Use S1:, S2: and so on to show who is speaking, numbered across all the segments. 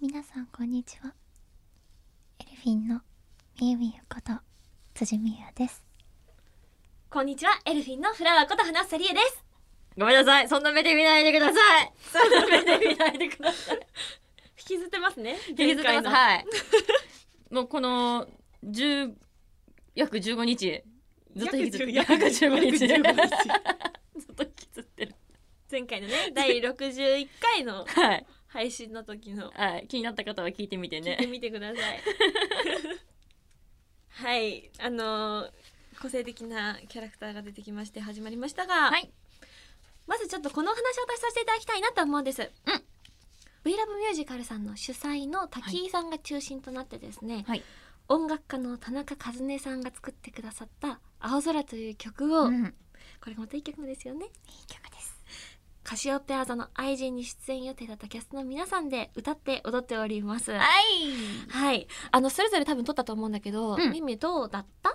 S1: 皆さんこんにちはエルフィンのみゆみゆこと辻美優です
S2: こんにちは、エルフィンのフラワーこと花瀬理恵です。
S3: ごめんなさい。そんな目で見ないでください。そんな目で見ないでください。
S2: 引きずってますね。
S3: 引きずって
S2: い。
S3: ます。はい。もうこの10約15日ずっと引きずって
S2: 約10
S3: 15
S2: 約15
S3: ずっと引きずってる。
S2: 前回 のね、第61回の
S3: はい。
S2: 配信の時の、
S3: はい。気になった方は聞いてみて
S2: 聞いて
S3: ね。
S2: みてくださ い。はい、あのー個性的なキャラクターが出てきまして始まりましたが、
S3: はい
S2: まずちょっとこのお話を私させていただきたいなと思うんです。うん。V ラブミュージカルさんの主催の滝井さんが中心となってですね、
S3: はい
S2: 音楽家の田中和音さんが作ってくださった「青空」という曲を、
S1: うんいい
S2: これがまたいい曲ですよね
S1: 曲です
S2: カシオペア座の愛人に出演予定だったキャストの皆さんで歌って踊っておりますはいあのそれぞれ多分撮ったと思うんだけど、
S3: うん
S2: ミミどうだった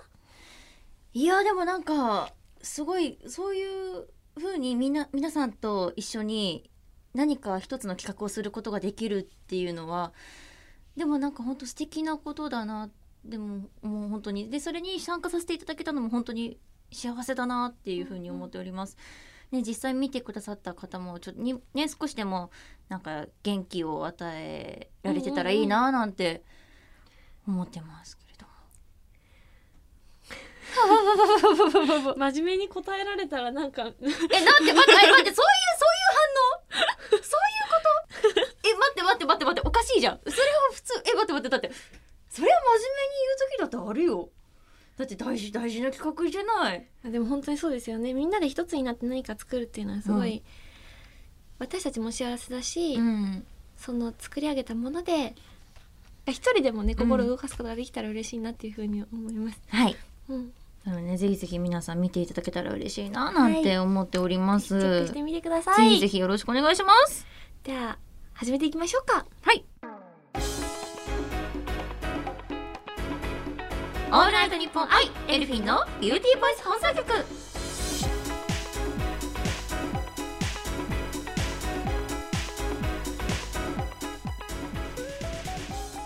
S3: いやでもなんかすごいそういう風にみんな皆さんと一緒に何か一つの企画をすることができるっていうのはでもなんか本当素敵なことだなでももう本当にでそれに参加させていただけたのも本当に幸せだなっていう風に思っております。ね実際見てくださった方もちょっとにね少しでもなんか元気を与えられてたらいいななんて思ってますけれども。
S2: 真面目に答えられたらなんか
S3: え、なんて、待って、待って、そういう、そういう反応そういうことえ、待って、待って、待って、待って、おかしいじゃん。それは普通、え、待って、待って、だって、それは真面目に言う時だってあるよ。だって大事、大事な企画じゃない。
S2: でも本当にそうですよねみんなで一つになって何か作るっていうのはすごい、私たちも幸せだし、
S3: ん。
S2: その作り上げたもので一人でもね心を動かすことができたら嬉しいなっていうふうに思います、
S3: はい。
S2: うん、
S3: なのでね、ぜひぜひ皆さん見ていただけたら嬉しいな、なんて思っております。
S2: チェックしてみてくださ
S3: ぜ
S2: い
S3: ひぜひよろしくお願いします。
S2: では始めていきましょうか
S3: はい。オールナイトニッポン愛エルフィンのビューティーボイス放送局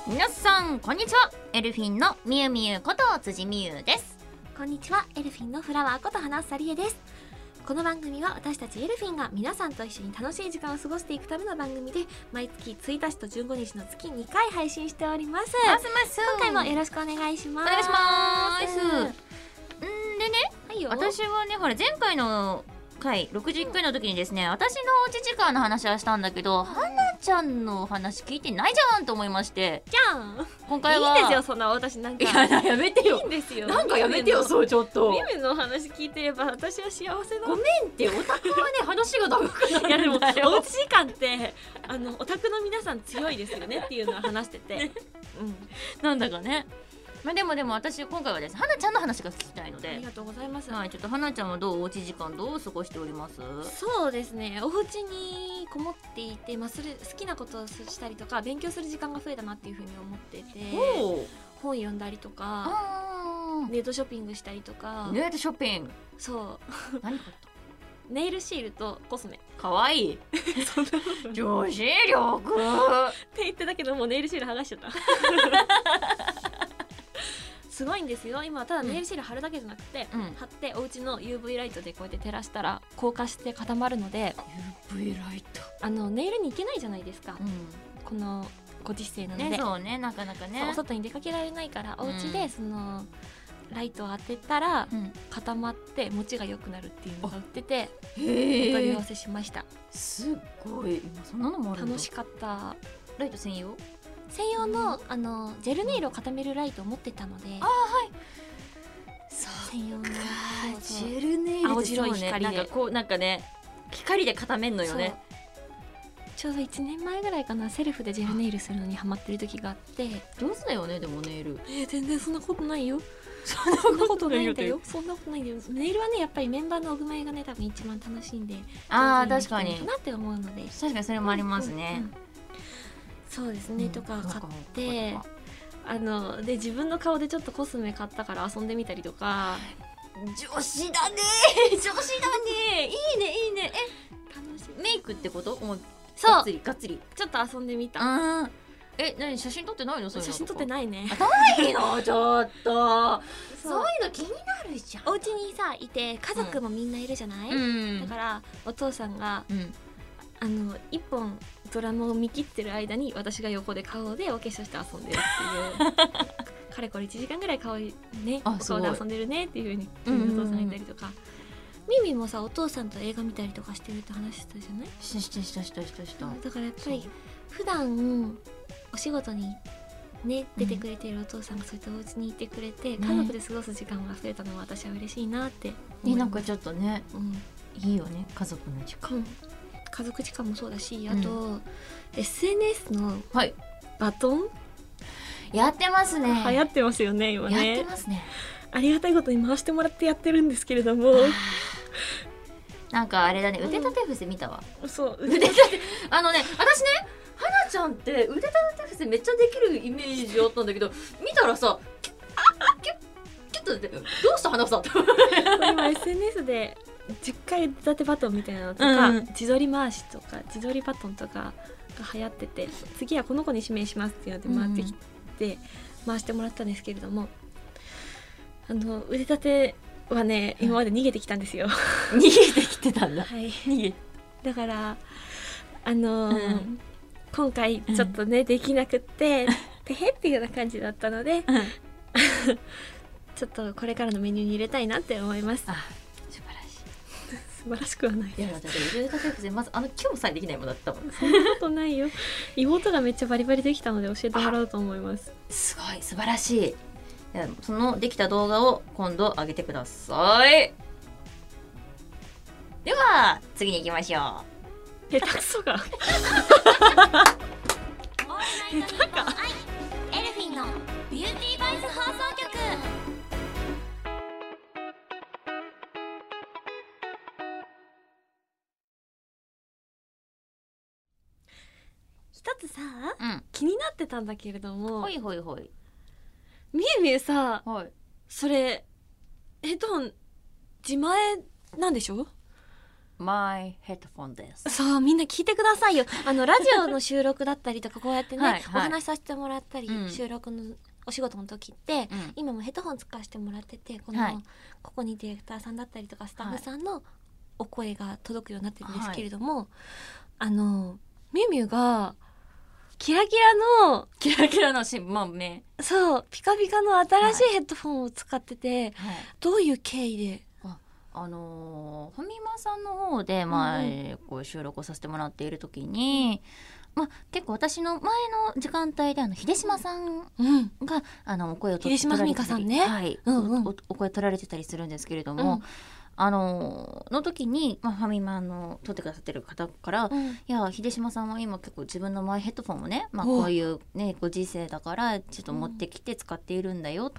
S3: 皆さんこんにちはエルフィンのみゆみゆこと辻みゆです
S2: こんにちはエルフィンのフラワーこと花さりえですこの番組は私たちエルフィンが皆さんと一緒に楽しい時間を過ごしていくための番組で毎月1日と15日の月2回配信しております
S3: ますます
S2: 今回もよろしくお願いしま
S3: お
S2: す
S3: 願いします
S2: うん
S3: んでね
S2: はいよ
S3: 私はねほら前回の回61回の時にですね私のおうち時間の話はしたんだけどはなちゃんのお話聞いてないじゃんと思いまして
S2: じゃんい
S3: 今回はい
S2: ですよそんな私なんか
S3: いややめて
S2: い
S3: よ
S2: いんですよ
S3: なんかやめてよ
S2: う
S3: そうちょっと
S2: ミミのお話聞いてれば私は幸せな
S3: ごめんってお宅はね話が長く
S2: い
S3: な
S2: やで
S3: る
S2: も
S3: んだ
S2: おう
S3: よ
S2: ち時間ってあのオタクの皆さん強いですよねっていうのは話してて、うん、
S3: なんだかねまあでもでも私今回はですねはなちゃんの話が聞きたいの
S2: あ
S3: で
S2: りがとうございます、
S3: はいちょっとはなちゃんはどうおうち時間どう過ごしております
S2: そうですねお家にこもっていて、まあ、する好きなことをしたりとか勉強する時間が増えたなっていうふうに思ってて
S3: お
S2: 本読んだりとか
S3: あ
S2: ネットショッピングしたりとか、
S3: ーネットショッピング
S2: そ
S3: 何買った
S2: うネイルシールとコスメ
S3: かわいい
S2: そんなこと っ
S3: 女子力
S2: て言ってたけどもうネイルシール剥がしちゃった すごいんですよ今はただネイルシール貼るだけじゃなくて、
S3: うん
S2: 貼ってお家の UV ライトでこうやって照らしたら硬化して固まるので
S3: UV ライト、
S2: あのネイルに行けないじゃないですか、
S3: う
S2: このご時世なの
S3: ん、
S2: で、
S3: ねそうねなかなか
S2: そう
S3: ね
S2: お外に出かけられないからお家
S3: う
S2: で
S3: ん
S2: その、ライトを当てたら
S3: うん、
S2: 固まって持ちが良くなるっていうのが売っててお取り
S3: へ
S2: 寄せしました、
S3: すっごい今そんなのもあるんだ
S2: 楽しかった
S3: ライト専用
S2: 専用のあのジェルネイルを固めるライトを持ってたので
S3: そ
S2: 専用のそうそう
S3: ジェルネイル
S2: 青白い光で
S3: なんかこうなんかね光で固めんのよね
S2: そうちょうど1年前ぐらいかなセルフでジェルネイルするのにハマってる時があって
S3: 上手だよねでもネイル
S2: え全然そんなことないよ
S3: そんな
S2: そんなことないんだよそんなことないんだよネイルはねやっぱりメンバーのお具合がね多分一番楽しいんで
S3: あー確か
S2: 上手
S3: に
S2: なってるのかなって思うので
S3: 確かにそれもあります
S2: う
S3: ね、
S2: んうんそうですね、とか買っ
S3: うん
S2: て
S3: なんか
S2: あので自分の顔でちょっとコスメ買ったから遊んでみたりとか
S3: 女子だね女子だねいいねいいね
S2: 楽しい
S3: えメイクってこともう
S2: そ
S3: がっ
S2: う
S3: つりがっつり
S2: ちょっと遊んでみた
S3: あえ何写真撮ってないのそういう
S2: 写真
S3: の
S2: 撮ってないね
S3: いのちょっ と
S2: そう
S3: いうの気になるじゃ
S2: お家にさいて家族もみんないるじゃない、
S3: うん
S2: だからお父さんが
S3: うん
S2: あの一本ドラムを見切ってる間に私が横で顔でお化粧して遊んでるっていうかれこれ1時間ぐらい顔ね
S3: あ
S2: お顔です遊
S3: ご
S2: んでるねっていうふう
S3: う
S2: ん
S3: うん
S2: に
S3: うん
S2: お父さんがいたりとか、ミミもさお父さんと映画見たりとかしてるって話してたじゃない
S3: したしたしたしたしたした
S2: だからやっぱ
S3: そ
S2: り
S3: う
S2: 普段お仕事にね出てくれてるお父さんがそういったお家にいてくれて、家族で過ごす時間が増えたのは私は嬉しいなって思
S3: ね
S2: い
S3: な
S2: ます
S3: んかちょっとね
S2: うん
S3: いいよね家族の時間
S2: うん家族時間もそうだし
S3: ん
S2: あと、SNS の
S3: はい
S2: バトン、
S3: やってますね
S2: 流行ってますよね今
S3: やって
S2: ね
S3: ますね
S2: ありがたいことに回してもらってやってるんですけれど も
S3: なんかあれだね
S2: うん
S3: 腕立て伏せ見たわ、
S2: そう
S3: 腕立てあのね私ねはなちゃんって腕立て伏せめっちゃできるイメージあったんだけど見たらさキュッキュッキュッと出てどうした花さんって
S2: 今 SNS で10回立てバトンみたいなのとか、
S3: うんうん
S2: 自撮り回しとか自撮りバトンとかが流行ってて次はこの子に指名しますっていうので回ってきて、回してもらったんですけれどもあの腕立てはね今まで逃げてきたんですよ。
S3: 逃げてきてたんだ
S2: はい
S3: 逃げ
S2: だからあのー
S3: うん
S2: 今回ちょっとね、できなくっててへっていうような感じだったのでちょっとこれからのメニューに入れたいなって思います
S3: あ素晴ら
S2: 素晴
S3: し
S2: らしくはない
S3: いいやだって腕立て伏せまずあの今日さえできないもんだったもん
S2: そんなことないよ妹がめっちゃバリバリできたので教えてもらおうと思います
S3: すごい素晴らしいいやそのできた動画を今度上げてくださいでは次に行きましょう
S2: 下手くそが
S1: エルフィンのビューティーバイス放送局
S2: 一つさ
S3: うん
S2: 気になってたんだけれども
S3: ほいほいほい
S2: みゆみゆさ
S3: はい
S2: それヘッドホン自前なんでしょ
S3: My headphone です
S2: そうみんな聞いてくださいよあのラジオの収録だったりとかこうやってね
S3: はいはい
S2: お話しさせてもらったり、
S3: うん
S2: 収録のお仕事の時って、
S3: うん
S2: 今もヘッドホン使わせてもらっててこの、
S3: はい
S2: ここにディレクターさんだったりとかスタッフさんのお声が届くようになってるんですけれども、あのミュウミュウがキラキラの
S3: キラキラの新聞目
S2: そうピカピカの新しいヘッドフォンを使ってて、
S3: はい
S2: どういう経緯で
S3: あのーファミマさんの方で、まあ
S2: うん
S3: こう収録をさせてもらっている時に、まあ、結構私の前の時間帯であの秀島さん
S2: うん
S3: があのお声をと
S2: 秀島
S3: 取られて
S2: 文香さ
S3: たり
S2: んね
S3: はい
S2: うんうん
S3: おお声取られてたりするんですけれど
S2: う
S3: も、
S2: ん
S3: あのーの時に、まあ、ファミマの撮ってくださってる方から、い
S2: うん
S3: や秀島さんは今結構自分のマイヘッドフォンをね、まあ、
S2: おう
S3: こういう、ね、ご時世だからちょっと持ってきて使っているんだよ、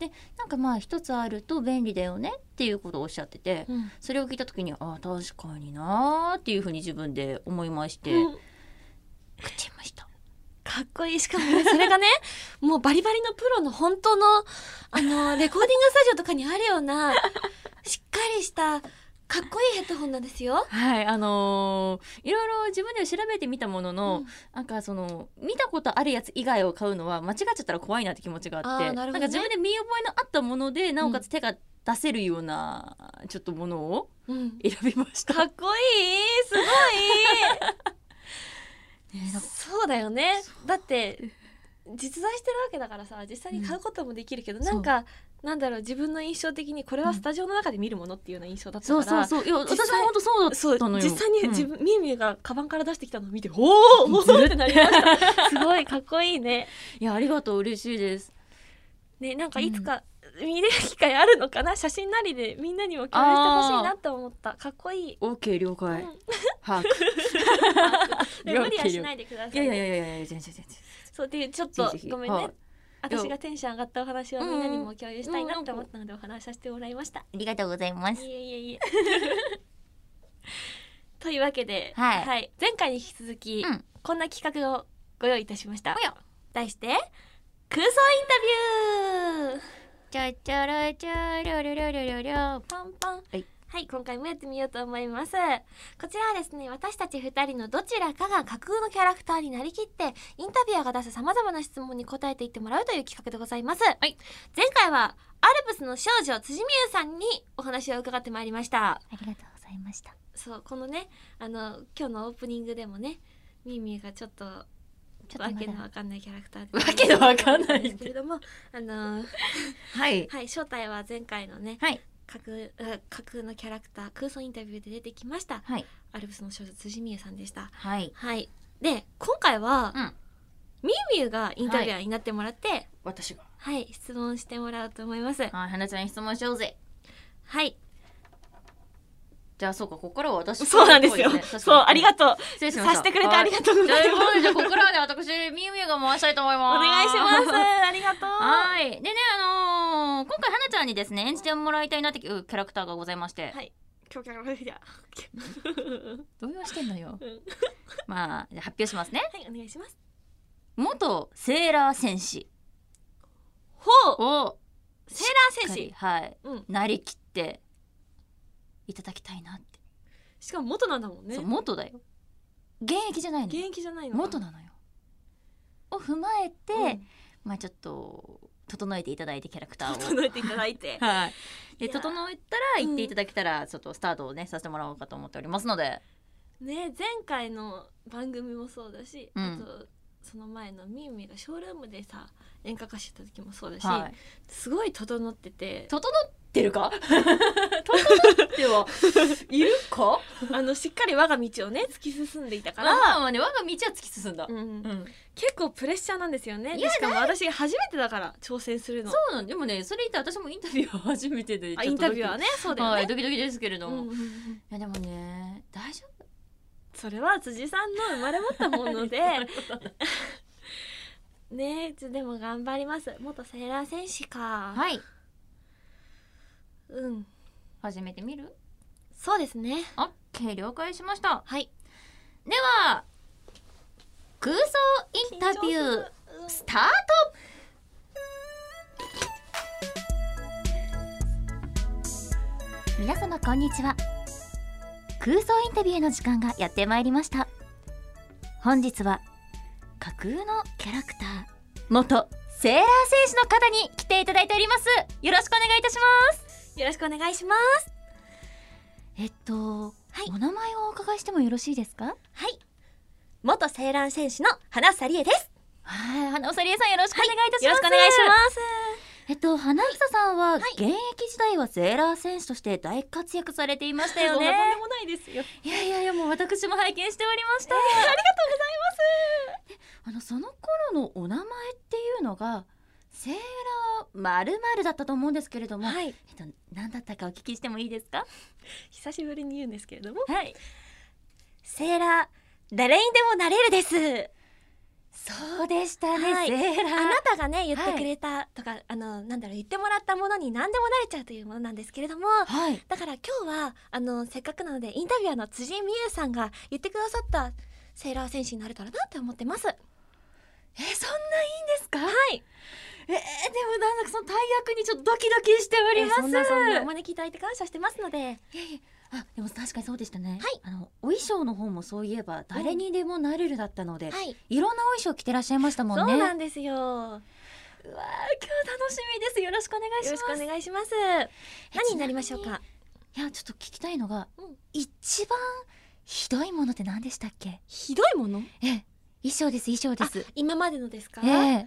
S3: でなんかまあ一つあると便利だよねっていうことをおっしゃってて、
S2: うん
S3: それを聞いた時にああ確かになーっていうふうに自分で思いまして、
S2: うん
S3: 口ました
S2: かっこいい。しかもね、それが ね、もうバリバリのプロの本当の、あの、レコーディングスタジオとかにあるような、しっかりした、かっこいいヘッドホンなんですよ。
S3: はいあのーいろいろ自分では調べてみたものの、
S2: うん
S3: なんかその見たことあるやつ以外を買うのは間違っちゃったら怖いなって気持ちがあって
S2: あーなるほどね
S3: んか自分で見覚えのあったものでなおかつ手が出せるようなちょっとものを
S2: うん。
S3: 選びました。
S2: かっこいいすごい そうだよね。だって、実在してるわけだからさ、実際に買うこともできるけど、
S3: ん
S2: なんか、なんだろう、自分の印象的に、これはスタジオの中で見るものっていうような印象だったか
S3: そ
S2: ら、
S3: うそうそういや
S2: 実際
S3: 私も本当そう
S2: そ
S3: だ
S2: う
S3: ったのよ
S2: 実際に
S3: うん
S2: 自分、みゆみゆがカバンから出してきたのを見て、おーおーってなりま した。すごいかっこいいね。
S3: いやありがとう嬉しいです
S2: ねなんかいつか見れる機会あるのかな、写真なりでみんなにも共有してほしいなって思ったかっこいい
S3: OK 了解、
S2: うん
S3: 把握
S2: で無理はしないでください
S3: いやいやいやいやいや全然全然
S2: そうでちょっと
S3: ぜひぜひ
S2: ごめんね、
S3: はい
S2: 私がテンション上がったお話をみんなに
S3: うんう
S2: も共有したいなって思ったのでお話しさせてもらいました、
S3: ありがとうございま
S2: いえいえいえ というわけで、
S3: はい
S2: 前回に引き続き、
S3: うん
S2: こんな企画をご用意いたしました
S3: おや
S2: 題して空想インタビュー
S3: ちょちょろちょろりょりょりょりょパンパンはい
S2: はい、今回もやってみようと思います。こちらはですね、私たち2人のどちらかが架空のキャラクターになりきって、インタビュアーが出す様々な質問に答えていってもらうという企画でございます。
S3: はい
S2: 前回は、アルプスの少女、辻美優さんにお話を伺ってまいりました。
S1: ありがとうございました
S2: そう、このね、あの、今日のオープニングでもね、ミーミーがちょっと、わ
S1: ちょっとま
S2: けの
S1: だ
S2: わかんないキャラクター
S3: わけのわかんない
S2: ですけれども、あの、
S3: はい
S2: はい、正体は前回のね、
S3: はい
S2: 架空あ架空のキャラクター空想インタビューで出てきました
S3: はい
S2: アルプスの少女辻美優さんでした
S3: はい
S2: はいで今回は、
S3: うん
S2: みゆみゆがインタビュアーになってもらってはい、
S3: 私が
S2: 質問してもらおうと思います
S3: はい花ちゃんに質問しようぜ
S2: はい
S3: じゃあそうかここからは私
S2: そうなんですよそうありがとう
S3: とう失礼しまし
S2: させ
S3: た
S2: てくれてありがとうご
S3: じゃ
S2: ざ
S3: あと
S2: い
S3: い
S2: うま
S3: こ
S2: す
S3: とでじゃあここからはね私みゆみゆが回したいと思い
S2: お
S3: ます
S2: 願いしますありがとう
S3: はいでねあのー今回花ちゃんにですね演じてもらいたいなっていうキャラクターがございまして、
S2: はい今日からの日だ
S3: 動揺してんのよ
S2: うん
S3: まあじゃあ発表しますね
S2: はいお願いします
S3: 元セーラー戦士
S2: ほう
S3: を
S2: セーラー戦士
S3: はい
S2: うん
S3: なりきっていただきたいなって、
S2: しかも元なんだもんね
S3: そう元だよ現役じゃないの
S2: 現役じゃないのか
S3: 元なのよを踏まえて、
S2: うん
S3: まあちょっと整えていただいてキャラクターを
S2: 整えていただいて
S3: はい、で
S2: いやー
S3: 整えたら行っていただけたらちょっとスタートをねさせてもらおうかと思っておりますので
S2: ね前回の番組もそうだし、
S3: うん
S2: あとその前のみゆみゆがショールームでさ演歌歌手やった時もそうだし、
S3: はい
S2: すごい整ってて
S3: 整って るか整ってはいるか
S2: あのしっかり我が道をね突き進んでいた
S3: あ
S2: からら、
S3: まあね我が道は突き進んだ、
S2: うん
S3: うん
S2: 結構プレッシャーなんですよね
S3: い
S2: で
S3: や
S2: しかも私初めてだから挑戦するの
S3: そうなんでもねそれ言ったら私もインタビューは初めてで
S2: あインタビューはね
S3: ね
S2: そうだよ
S3: は
S2: ね、
S3: いドキドキですけれど
S2: うん
S3: も、
S2: うんう
S3: い
S2: ん
S3: やでもね大丈夫
S2: それは辻さんの生まれ持ったものでねえでも頑張ります元セーラー戦士か、
S3: はい
S2: うん
S3: 始めてみる
S2: そうですね
S3: オッケー了解しました
S2: はい
S3: では空想インタビュースター
S1: 皆様こんにちは空想インタビューの時間がやってまいりました本日は架空のキャラクター
S3: 元セーラー戦士の方に来ていただいておりますよろしくお願いいたします
S2: よろしくお願いします
S1: えっと、
S2: い
S1: お名前をお伺いしてもよろしいですか
S2: はい。元セーラー戦士の花さりえです。
S3: はい花尾さりえさんよろしくお願いいたします、
S2: よろしくお願いします。
S1: えっと花房さんは
S2: はい
S1: 現役時代はセーラー戦士として大活躍されていましたよ
S2: そん
S1: ね
S2: なとんでもないですよ。
S1: いやいやいやもう私も拝見しておりました、ありがとうございますあのその頃のお名前っていうのがセーラーまるだったと思うんですけれども、
S2: はい。
S1: えっと何だったかお聞きしてもいいですか
S2: 久しぶりに言うんですけれども、
S1: はい
S2: セーラー誰にでもなれるです。
S1: そうでしたね、
S2: はい
S1: セーラー
S2: あなたがね言ってくれたとか、あのなんだろう言ってもらったものに何でもなれちゃうというものなんですけれども。
S1: はい
S2: だから今日はあのせっかくなのでインタビュアーの辻美優さんが言ってくださったセーラー戦士になれたらなって思ってます。は
S1: えそんないいんですか
S2: い。
S1: えー、でもなんかその大役にちょっとドキドキしております、
S2: えそんなそんなお招きいただいて感謝してますので、
S1: いやいやあでも確かにそうでしたね
S2: はい
S1: あのお衣装の方もそういえば誰にでもなれるだったので、
S2: はい。
S1: いろんなお衣装着てらっしゃいましたもんね
S2: そうなんです
S1: う
S2: よ。
S1: わー今日楽しみですよろしくお願いし
S2: よ
S1: ま
S2: ろ
S1: す
S2: しくお願いします。何になりましょうか。
S1: いやちょっと聞きたいのが、
S2: うん
S1: 一番ひどいものって何でしたっけ
S2: ひどいもの？
S1: ええ衣装です衣装で
S2: あ
S1: す、
S2: 今までのですか
S1: え？え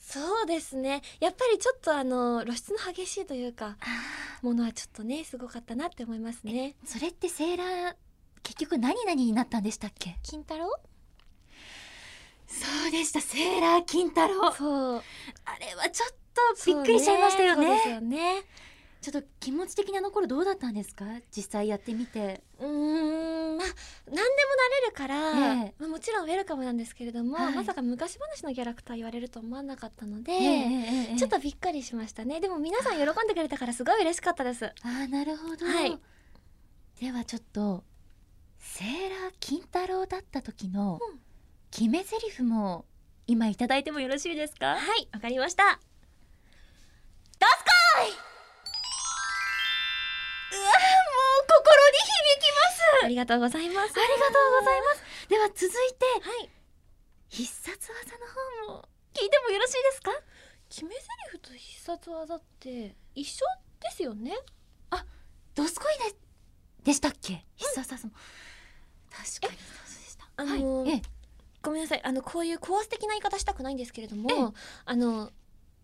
S2: そうですね。やっぱりちょっとあの露出の激しいというか
S1: あ
S2: ものはちょっとねすごかったなって思いますね。
S1: ーそれってセーラー結局何々になったんでしたっけ
S2: 金太郎？
S1: そうでしたセーラー金太郎あ
S2: そう。
S1: れはちょっとびっくりしちゃいましたよね
S2: そうですよね。
S1: ちょっと気持ち的にあの頃どうだったんですか実際やってみて
S2: うーんまあ何でもなれるから、
S1: ええ
S2: まあ、もちろんウェルカムなんですけれども、
S1: はい
S2: まさか昔話のキャラクター言われると思わなかったので、
S1: ええ
S2: ち
S1: ちょっ
S2: ょっ
S1: と
S2: とびっくりしましたねでも皆さん喜んでくれたからすごい嬉しかったです
S1: あーなるほど、
S2: はい
S1: ではちょっとセーラー金太郎だった時の
S2: うん
S1: 決め台詞も今いただいてもよろしいですか
S2: はい、わかりました。
S1: うわーもう
S2: ありがとうございます。
S3: ありがとうございます。では続いて、
S2: はい
S3: 必殺技の方も聞いてもよろしいですか
S2: 決め台詞と必殺技って一緒ですよね。
S3: ドスコイででしたっけ必殺技も。確かにそうでした。
S2: あのー
S3: はい、ええ
S2: ごめんなさい。あのこういう高圧的な言い方したくないんですけれど
S3: ええ
S2: も、あの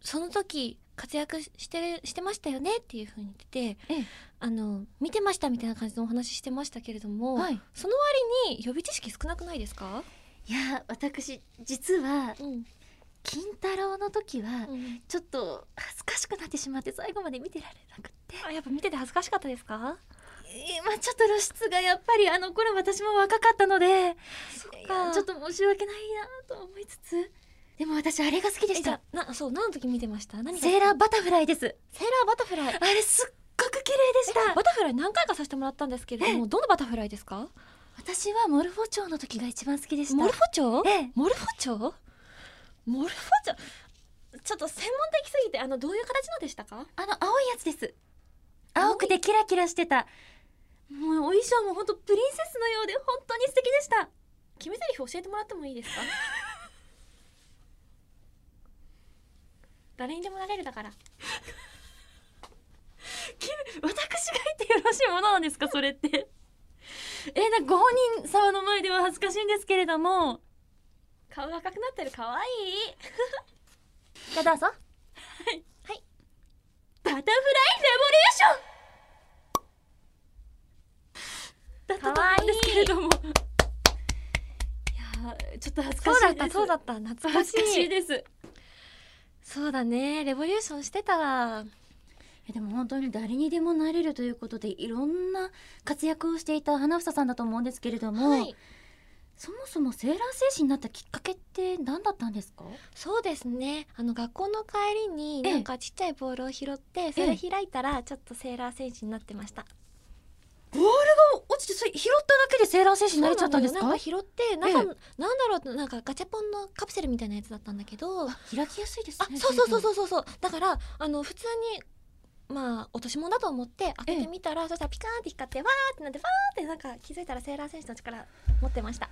S2: その時活躍してるしてましたよねっていう風に言ってて、
S3: ええ
S2: あの見てましたみたいな感じのお話ししてましたけれども、
S3: はい、
S2: その割に予備知識少なくないですか？
S3: いや私実は
S2: うん。
S3: 金太郎の時は
S2: うん、
S3: ちょっと恥ずかしくなってしまって最後まで見てられなくって、
S2: あやっぱ見てて恥ずかしかったですか？
S3: えーまあちょっと露出がやっぱりあの頃私も若かったので
S2: そっ
S3: いや
S2: ち
S3: ち
S2: ょ
S3: ょ
S2: っと
S3: っと申し訳ないなと思いつつでも私あれが好きで
S2: え
S3: し
S2: じゃ
S3: た
S2: あなそう何の時見てました？何が
S3: セーラーバタフライです
S2: セーラーバタフライ
S3: あ。れすっごく綺麗でした
S2: バタフライ何回かさせてもらったんですけれども、どのバタフライですか？
S3: 私はモルフォチョウの時が一番好きでした
S2: モルフォチョウ？
S3: ええ
S2: モルフォチョウ？モルフォチョウ。ちょっと専門的すぎてあのどういう形のでしたか？
S3: あの青いやつです青くてキラキラしてたもうお衣装も本当プリンセスのようで本当に素敵でした
S2: 決め台詞教えてもらってもいいですか？誰にでもなれるだから。
S3: 私が言ってよろしいものなんですかそれってえなんかご本人様の前では恥ずかしいんですけれども
S2: 顔が赤くなってる可愛い。
S3: じゃあどうぞ
S2: はい
S3: バタフライレボリューションだったと思うんですけれどもいやーちょっと恥ずかしいです
S2: そうだったそうだった懐か
S3: 恥
S2: し
S3: ずかし
S2: い
S3: いですい
S2: そうだねレボリューションしてたわ
S1: えでも本当に誰にでもなれるということでいろんな活躍をしていた花房さんだと思うんですけれども、
S2: はい
S1: そもそもセーラー精神になったきっかけって何だったんですか
S2: そうですねあの学校の帰りに
S1: ええ
S2: なんかちっちゃいボールを拾ってそれ開いたらちょっとセーラー選手になってました
S1: ボールが落ちてそれ拾っただけでセーラー精神になれちゃったんです
S2: そうな
S1: か
S2: のよなんか拾って中
S1: え
S2: の、なんだろうなんかガチャポンのカプセルみたいなやつだったんだけどあ
S1: 開きやすいですね
S2: そうそうそう
S1: う
S2: そうそうそうだからあの普通にまあ落とし物だと思って開けてみたら、そしたらピカーンって光ってわーってなってわーってなんか気づいたらセーラー選手の力持ってました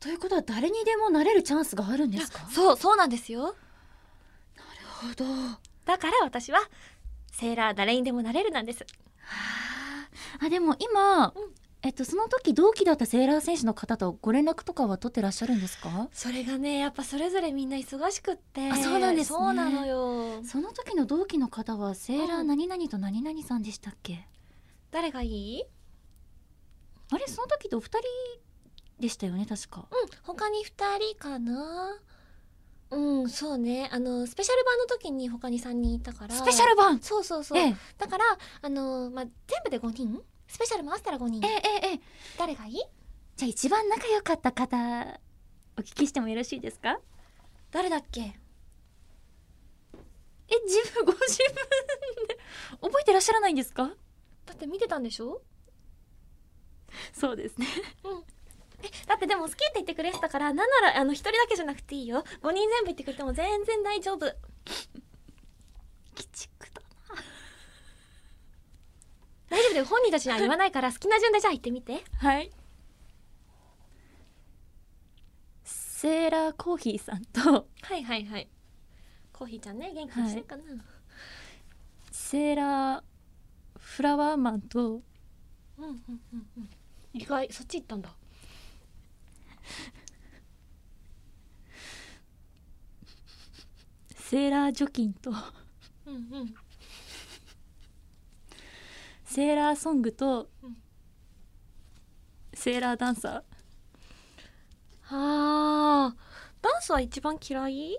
S1: ということは誰にでもなれるチャンスがあるんですか
S2: あそうそうなんですよ
S1: なるほど
S2: だから私はセーラー誰にでもなれるなんです
S1: あでも今、
S2: うん
S1: えっと、その時同期だったセーラー選手の方とご連絡とかは取ってらっしゃるんですか
S2: それがねやっぱそれぞれみんな忙しくって
S1: あそうなんですね
S2: そうなのよ
S1: その時の同期の方はセーラ
S2: う
S1: ー
S2: ん
S1: 何々と何々さんでしたっけ、
S2: 誰がいい
S1: あれその時ってお二人でしたよね確か
S2: うん他に2人かなうんそうねあのスペシャル版の時に他に3人いたから
S1: スペシャル版
S2: そうそうそう、
S1: ええ
S2: だからあの、まあ、全部で5人スペシャルも合わせたら5人
S1: ええええええ
S2: 誰がいい
S1: じゃあ一番仲良かった方お聞きしてもよろしいですか
S2: 誰だっけ
S1: え自分ご自分で覚えてらっしゃらないんですか
S2: だって見てたんでしょ
S1: そうですね
S2: えだってでも好きって言ってくれてたからなんならあの1人だけじゃなくていいよ5人全部言ってくれても全然大丈夫
S1: 鬼畜だ
S2: 大丈夫だよ本人たちには言わないから好きな順でじゃあ言ってみて
S1: はいセーラーコーヒーさんと
S2: はいはいはいコーヒーちゃんね元気にしてるかな、
S1: セーラーフラワーマンと
S2: うんうんうんうん意外そっち行ったんだ
S1: セーラー除菌と
S2: うんうん
S1: セーラーソングと、
S2: うん
S1: セーラーダンサー
S2: あーダンスは一番嫌い
S1: い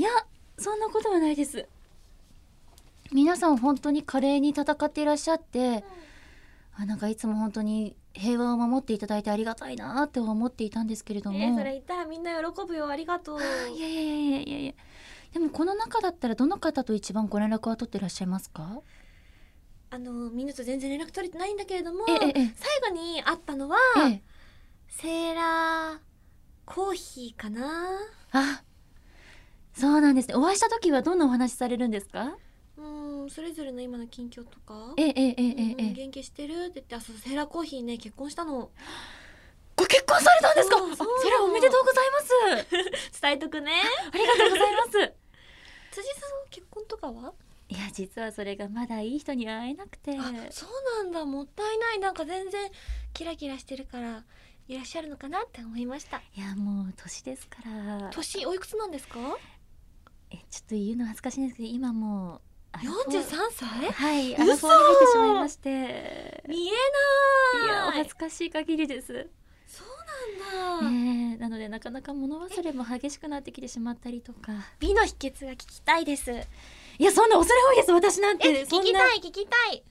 S1: やそんなことはないです皆さん本当に華麗に戦っていらっしゃって、あなんかいつも本当に平和を守っていただいてありがたいなって思っていたんですけれ
S2: え
S1: ども、
S2: ーそれ言ったらみんな喜ぶよありがとう
S1: いやいやいやいやいやでもこの中だったらどの方と一番ご連絡は取ってらっしゃいますか
S2: あのみんなと全然連絡取れてないんだけれども
S1: ええええ
S2: 最後に会ったのは、
S1: ええ
S2: セーラーコーヒーかな
S1: あそうなんですねお会いした時はどんなお話しされるんですか
S2: うーんうん、それぞれの今の近況とか
S1: ええええええ
S2: うんうん
S1: ええ
S2: 元気してるって言ってあそうセーラーコーヒーね結婚したの
S1: ご結婚されたんですか
S2: うん
S1: あそ
S2: そ
S1: うれはおめでとうございます
S2: 伝えとくね
S1: ありがとうござい ます
S2: 辻さん結婚とかはい
S1: や実はそれがまだいい人に会えなくて
S2: あそうなんだもったいないなんか全然キラキラしてるからいらっしゃるのかなって思いました
S1: いやもう年ですから
S2: 年おいくつなんですか
S1: えちょっと言うの恥ずかしいんですけど今もうアラフォー
S2: 43歳
S1: はい
S2: 嘘
S1: アラフォーに入ってしまいまして
S2: 見え
S1: い
S2: な
S1: やお
S2: い
S1: 恥ずかしい限りです、
S2: そうなんだ、
S1: ねえ、なのでなかなか物忘れも激しくなってきてしまったりとか
S2: 美の秘訣が聞きたいですえ
S1: いやそんな恐れ多いです私なんて
S2: 聞
S1: そん
S2: き
S1: な
S2: たい聞きたい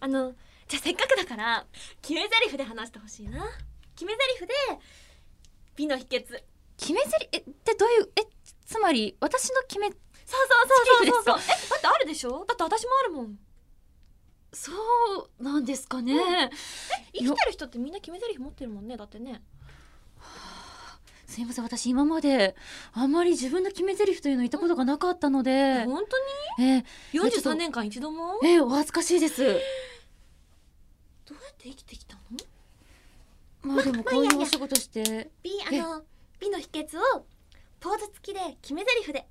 S2: あのじゃあせっかくだから決め台詞で話してほしいな決め台詞で美の秘訣
S1: 決め台詞えってどういうえつまり私の決め
S2: そうそうそうそうそうえだってあるでしょだって私もあるもん
S1: そうなんですかね、
S2: 生きてる人ってみんな決め台詞持ってるもんねだってね
S1: すいません私今まであまり自分の決め台詞というのを言ったことがなかったので、
S2: 本当に
S1: え
S2: 四
S1: やち
S2: 十
S1: ょっと
S2: 三年間一度も
S1: えお恥ずかしいです
S2: どうやって生きてきたの
S1: まあでもこういうお仕事して
S2: 美
S1: え
S2: あの美の秘訣をポーズ付きで決め台詞で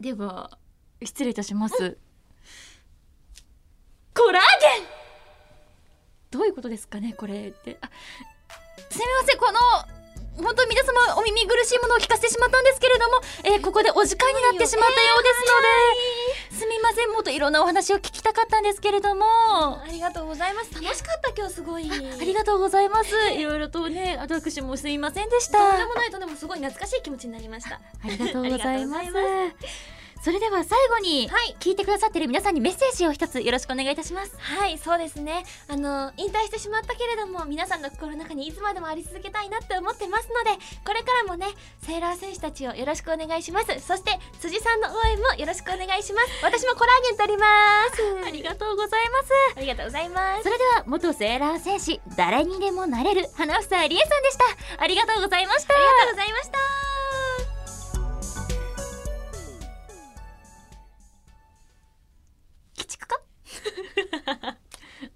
S1: では失礼いたします
S2: コラーゲン
S1: どういうことですかねこれってあすみませんこの本当皆様お耳苦しいものを聞かせてしまったんですけれども、えーここでお時間になってしまったようですので、すみませんもっといろんなお話を聞きたかったんですけれども、
S2: ありがとうございます楽しかった今日すごい
S1: ありがとうございますいろいろとね私もすいませんでした
S2: とんでもないとでもすごい懐かしい気持ちになりました
S1: ありがとうございま
S2: あり
S1: す
S2: がとう
S1: それでは最後に
S2: はい
S1: 聞いてくださっている皆さんにメッセージを一つよろしくお願いいたします
S2: はいそうですねあの引退してしまったけれども皆さんの心の中にいつまでもあり続けたいなって思ってますのでこれからもねセーラー選手たちをよろしくお願いしますそして辻さんの応援もよろしくお願い します私もコラーゲン取ります
S1: ありがとうございます
S2: ありがとうございます
S1: それでは元セーラー戦士誰にでもなれる花房理恵さんでしたありがとうございました
S2: ありがとうございました
S1: 鬼畜か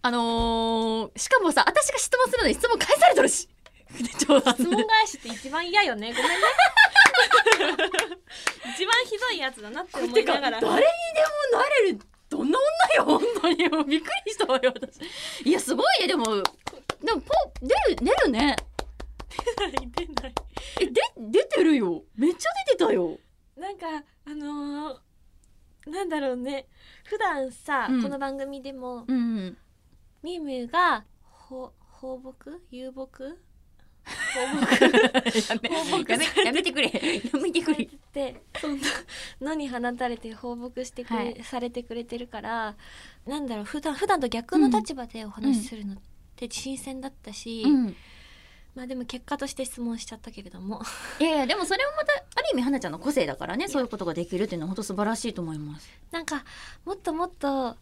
S1: あのー、しかもさ私が質問するのに質問返されとる し質
S2: 返しって一番嫌よねごめん ね一番ひどいやつだなって
S1: てか誰にでもなれるどんな女よ本当にもうびっくりしたわよ私いやすごいねでもでもポ出る出るね
S2: 出ない
S1: えで出てるよめっちゃ出てたよ
S2: なんかあのー、なんだろうね普段さ、
S1: うん
S2: この番組でも
S1: うん
S2: ミムがほ放牧遊牧放
S1: やめや めやめてくれやめてく
S2: 牧され
S1: れ
S2: ててそんな野に放たれて放牧してくれ、
S1: はい
S2: されてくれてるからなんだろう普段普段と逆の立場でお話しするのって新鮮だったし、
S1: うん
S2: まあでも結果として質問しちゃったけれども
S1: いやいやでもそれもまたある意味花ちゃんの個性だからねそういうことができるっていうのは本当素晴らしいと思います
S2: なんかもっともっと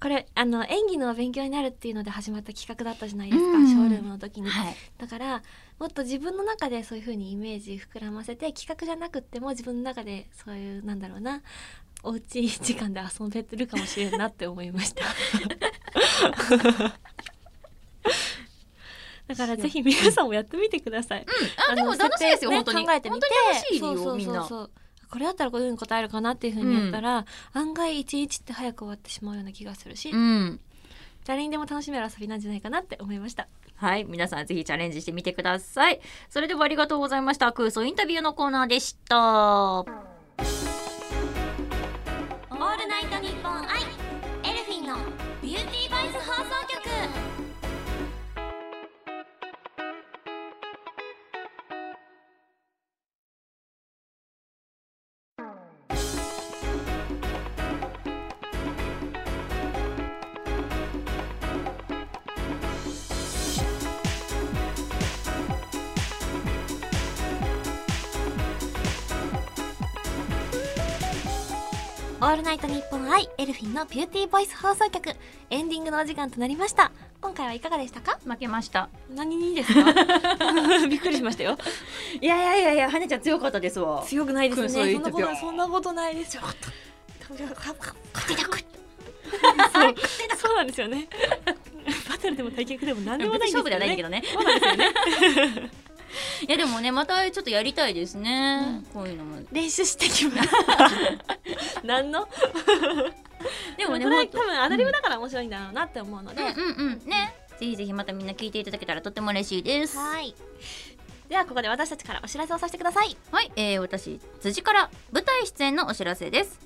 S2: これあの演技の勉強になるっていうので始まった企画だったじゃないですか、
S1: うん
S2: ショールームの時に。
S1: はい
S2: だからもっと自分の中でそういう風にイメージ膨らませて企画じゃなくっても自分の中でそういうなんだろうなおうち時間で遊んでるかもしれんなって思いまし ただからぜひ皆さんもやってみてください、
S1: あでも
S2: の
S1: 楽しいですよ、本
S2: 設
S1: 当
S2: 定ね
S1: に
S2: 考えてみて
S1: 本当に楽しいよ
S2: そうそうそう
S1: みんな
S2: そうこれだったらこういうふうに答えるかなっていうふうにやったら、案外一日って早く終わってしまうような気がするし、
S1: うん
S2: 誰にでも楽しめる遊びなんじゃないかなって思いました
S1: はい皆さんぜひチャレンジしてみてくださいそれではありがとうございました空想インタビューのコーナーでしたオー
S2: オールナイトニッポンアイエルフィンのビューティーバイス放送局オールナイトニッポンアイエルフィンのビューティーボイス放送局エンディングのお時間となりました今回はいかがでしたか
S1: 負けました
S2: 何にですかびっくりしましたよ
S3: いやいやいやいや花ちゃん強かったですわ
S2: 強くないですね
S3: そうい
S2: そ
S3: うん
S2: なこ
S3: 時は
S2: とそんなことないですよ
S1: 勝手だ勝
S2: そうなんですよねバトルでも対局でも何でもないんです
S3: 勝負ではないんだけ
S2: ど
S3: どね
S2: そうなんですよね
S3: いやでもねまたちょっとやりたいですね、
S1: うん
S3: こういうのも
S2: 練習してきます何の
S3: で
S2: で
S3: も
S2: も
S3: ね
S2: ねこれ
S3: も
S2: は
S3: っと
S2: 多分アドリブだから面白いんだろうなって思うので、
S3: うんうんうんねぜひぜひまたみんな聞いていただけたらとっても嬉しいです
S2: はいではここで私たちからお知らせをさせてください
S3: はい、えー、私辻から舞台出演のお知らせです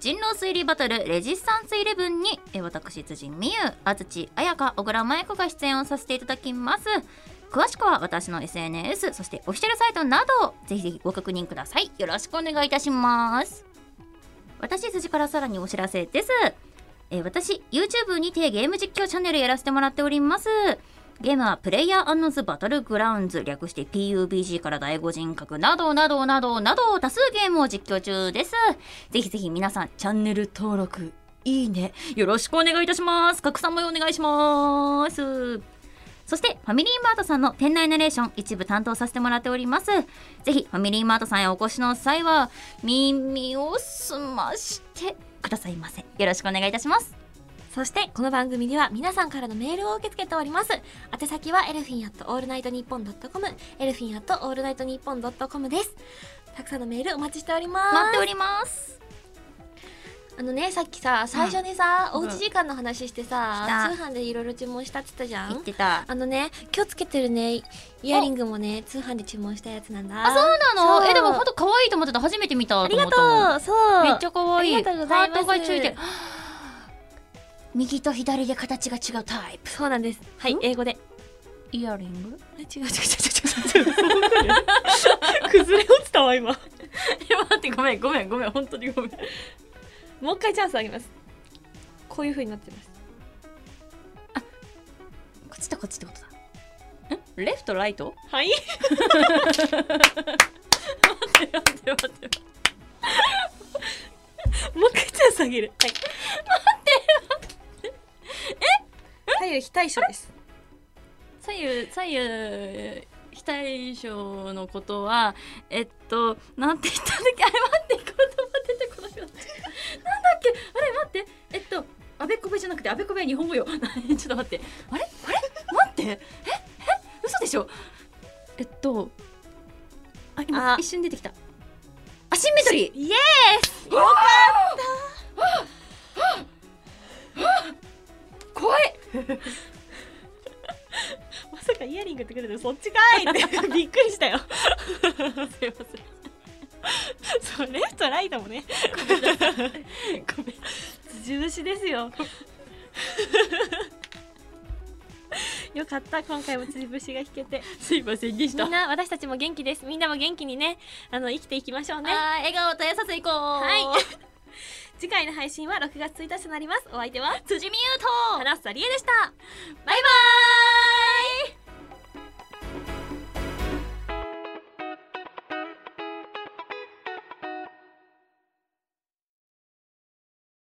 S3: 人狼推理バトルレジスタンスイレブンに、えー私辻美優安土彩香小倉舞子が出演をさせていただきます詳しくは私の SNS そしてオフィシャルサイトなどぜひぜひご確認くださいよろしくお願いいたします私辻からさらにお知らせです、えー私 YouTube にてゲーム実況チャンネルやらせてもらっておりますゲームはプレイヤーアンノズバトルグラウンズ略して PUBG から第五人格などなどなどなど多数ゲームを実況中です。ぜひぜひ皆さんチャンネル登録、いいね、よろしくお願いいたします。拡散もお願いします。そしてファミリーマートさんの店内ナレーション一部担当させてもらっております。ぜひファミリーマートさんへお越しの際は耳を澄ましてくださいませ。よろしくお願いいたします。
S2: そしてこの番組では皆さんからのメールを受け付けております宛先はエルフィンアットオールナイトニッポンドットコムエルフィンアットオールナイトニッポンドットコムですたくさんのメールお待ちしております
S3: 待っております。
S2: あのねさっきさ最初にさ、
S3: うん
S2: おうち時間の話してさ、
S3: した
S2: 通販でいろいろ注文したって言ったじゃ
S3: 言っ
S2: ん
S3: てた。
S2: あのね今日つけてるねイヤリングもね通販で注文したやつなんだ
S3: あ、そうなの
S2: そう
S3: え、でも本当可愛いと思ってた。初めて見た
S2: あり
S3: と思
S2: が
S3: っ
S2: と
S3: た。
S2: うそう
S3: めっちゃ可愛い。
S2: ありがとうございます
S3: ハートがついて。右と左で形が違うタイプ。
S2: そうなんですはい英語で
S3: イヤリング
S2: 違う違う違う違う違う 崩れ落ちたわ今
S3: 待って、ごめん、ごめん、ごめん。本当にごめん。
S2: もう一回チャンスあげますこういう風になってます
S3: こっちとこっちってことだ。んレフト、ライト
S2: はい
S3: 待って待って待って。
S2: もう一回チャンスあげるはい待って待ってえ左右非対称です
S3: 左右左右非対称のことはえっとなんて言ったんだっけあれ待って言葉出てこなくなっちゃったなんだっけあれ待ってえっとあべこべじゃなくてあべこべは日本語よちょっと待ってあれあれ待ってええ嘘でしょえっとあ今
S2: あ
S3: 一瞬出てきたアシンメトリー
S2: イエ
S3: よかった怖い
S2: ーまさかイヤリングってくるとそっちかいって びっくりしたよ
S3: すいません
S2: そうレフトライトもね
S3: ごめん
S2: 重視です よよかった今回もつり節が引けて
S3: すいませんでし
S2: み
S3: た
S2: んな私たちも元気ですみんなも元気にねあの生きていきましょうね
S3: あー笑顔絶やさず行こう
S2: はい 次回の配信は6月1日となりますお相手は
S3: 辻美優と
S2: 花房理恵でしたバイバイ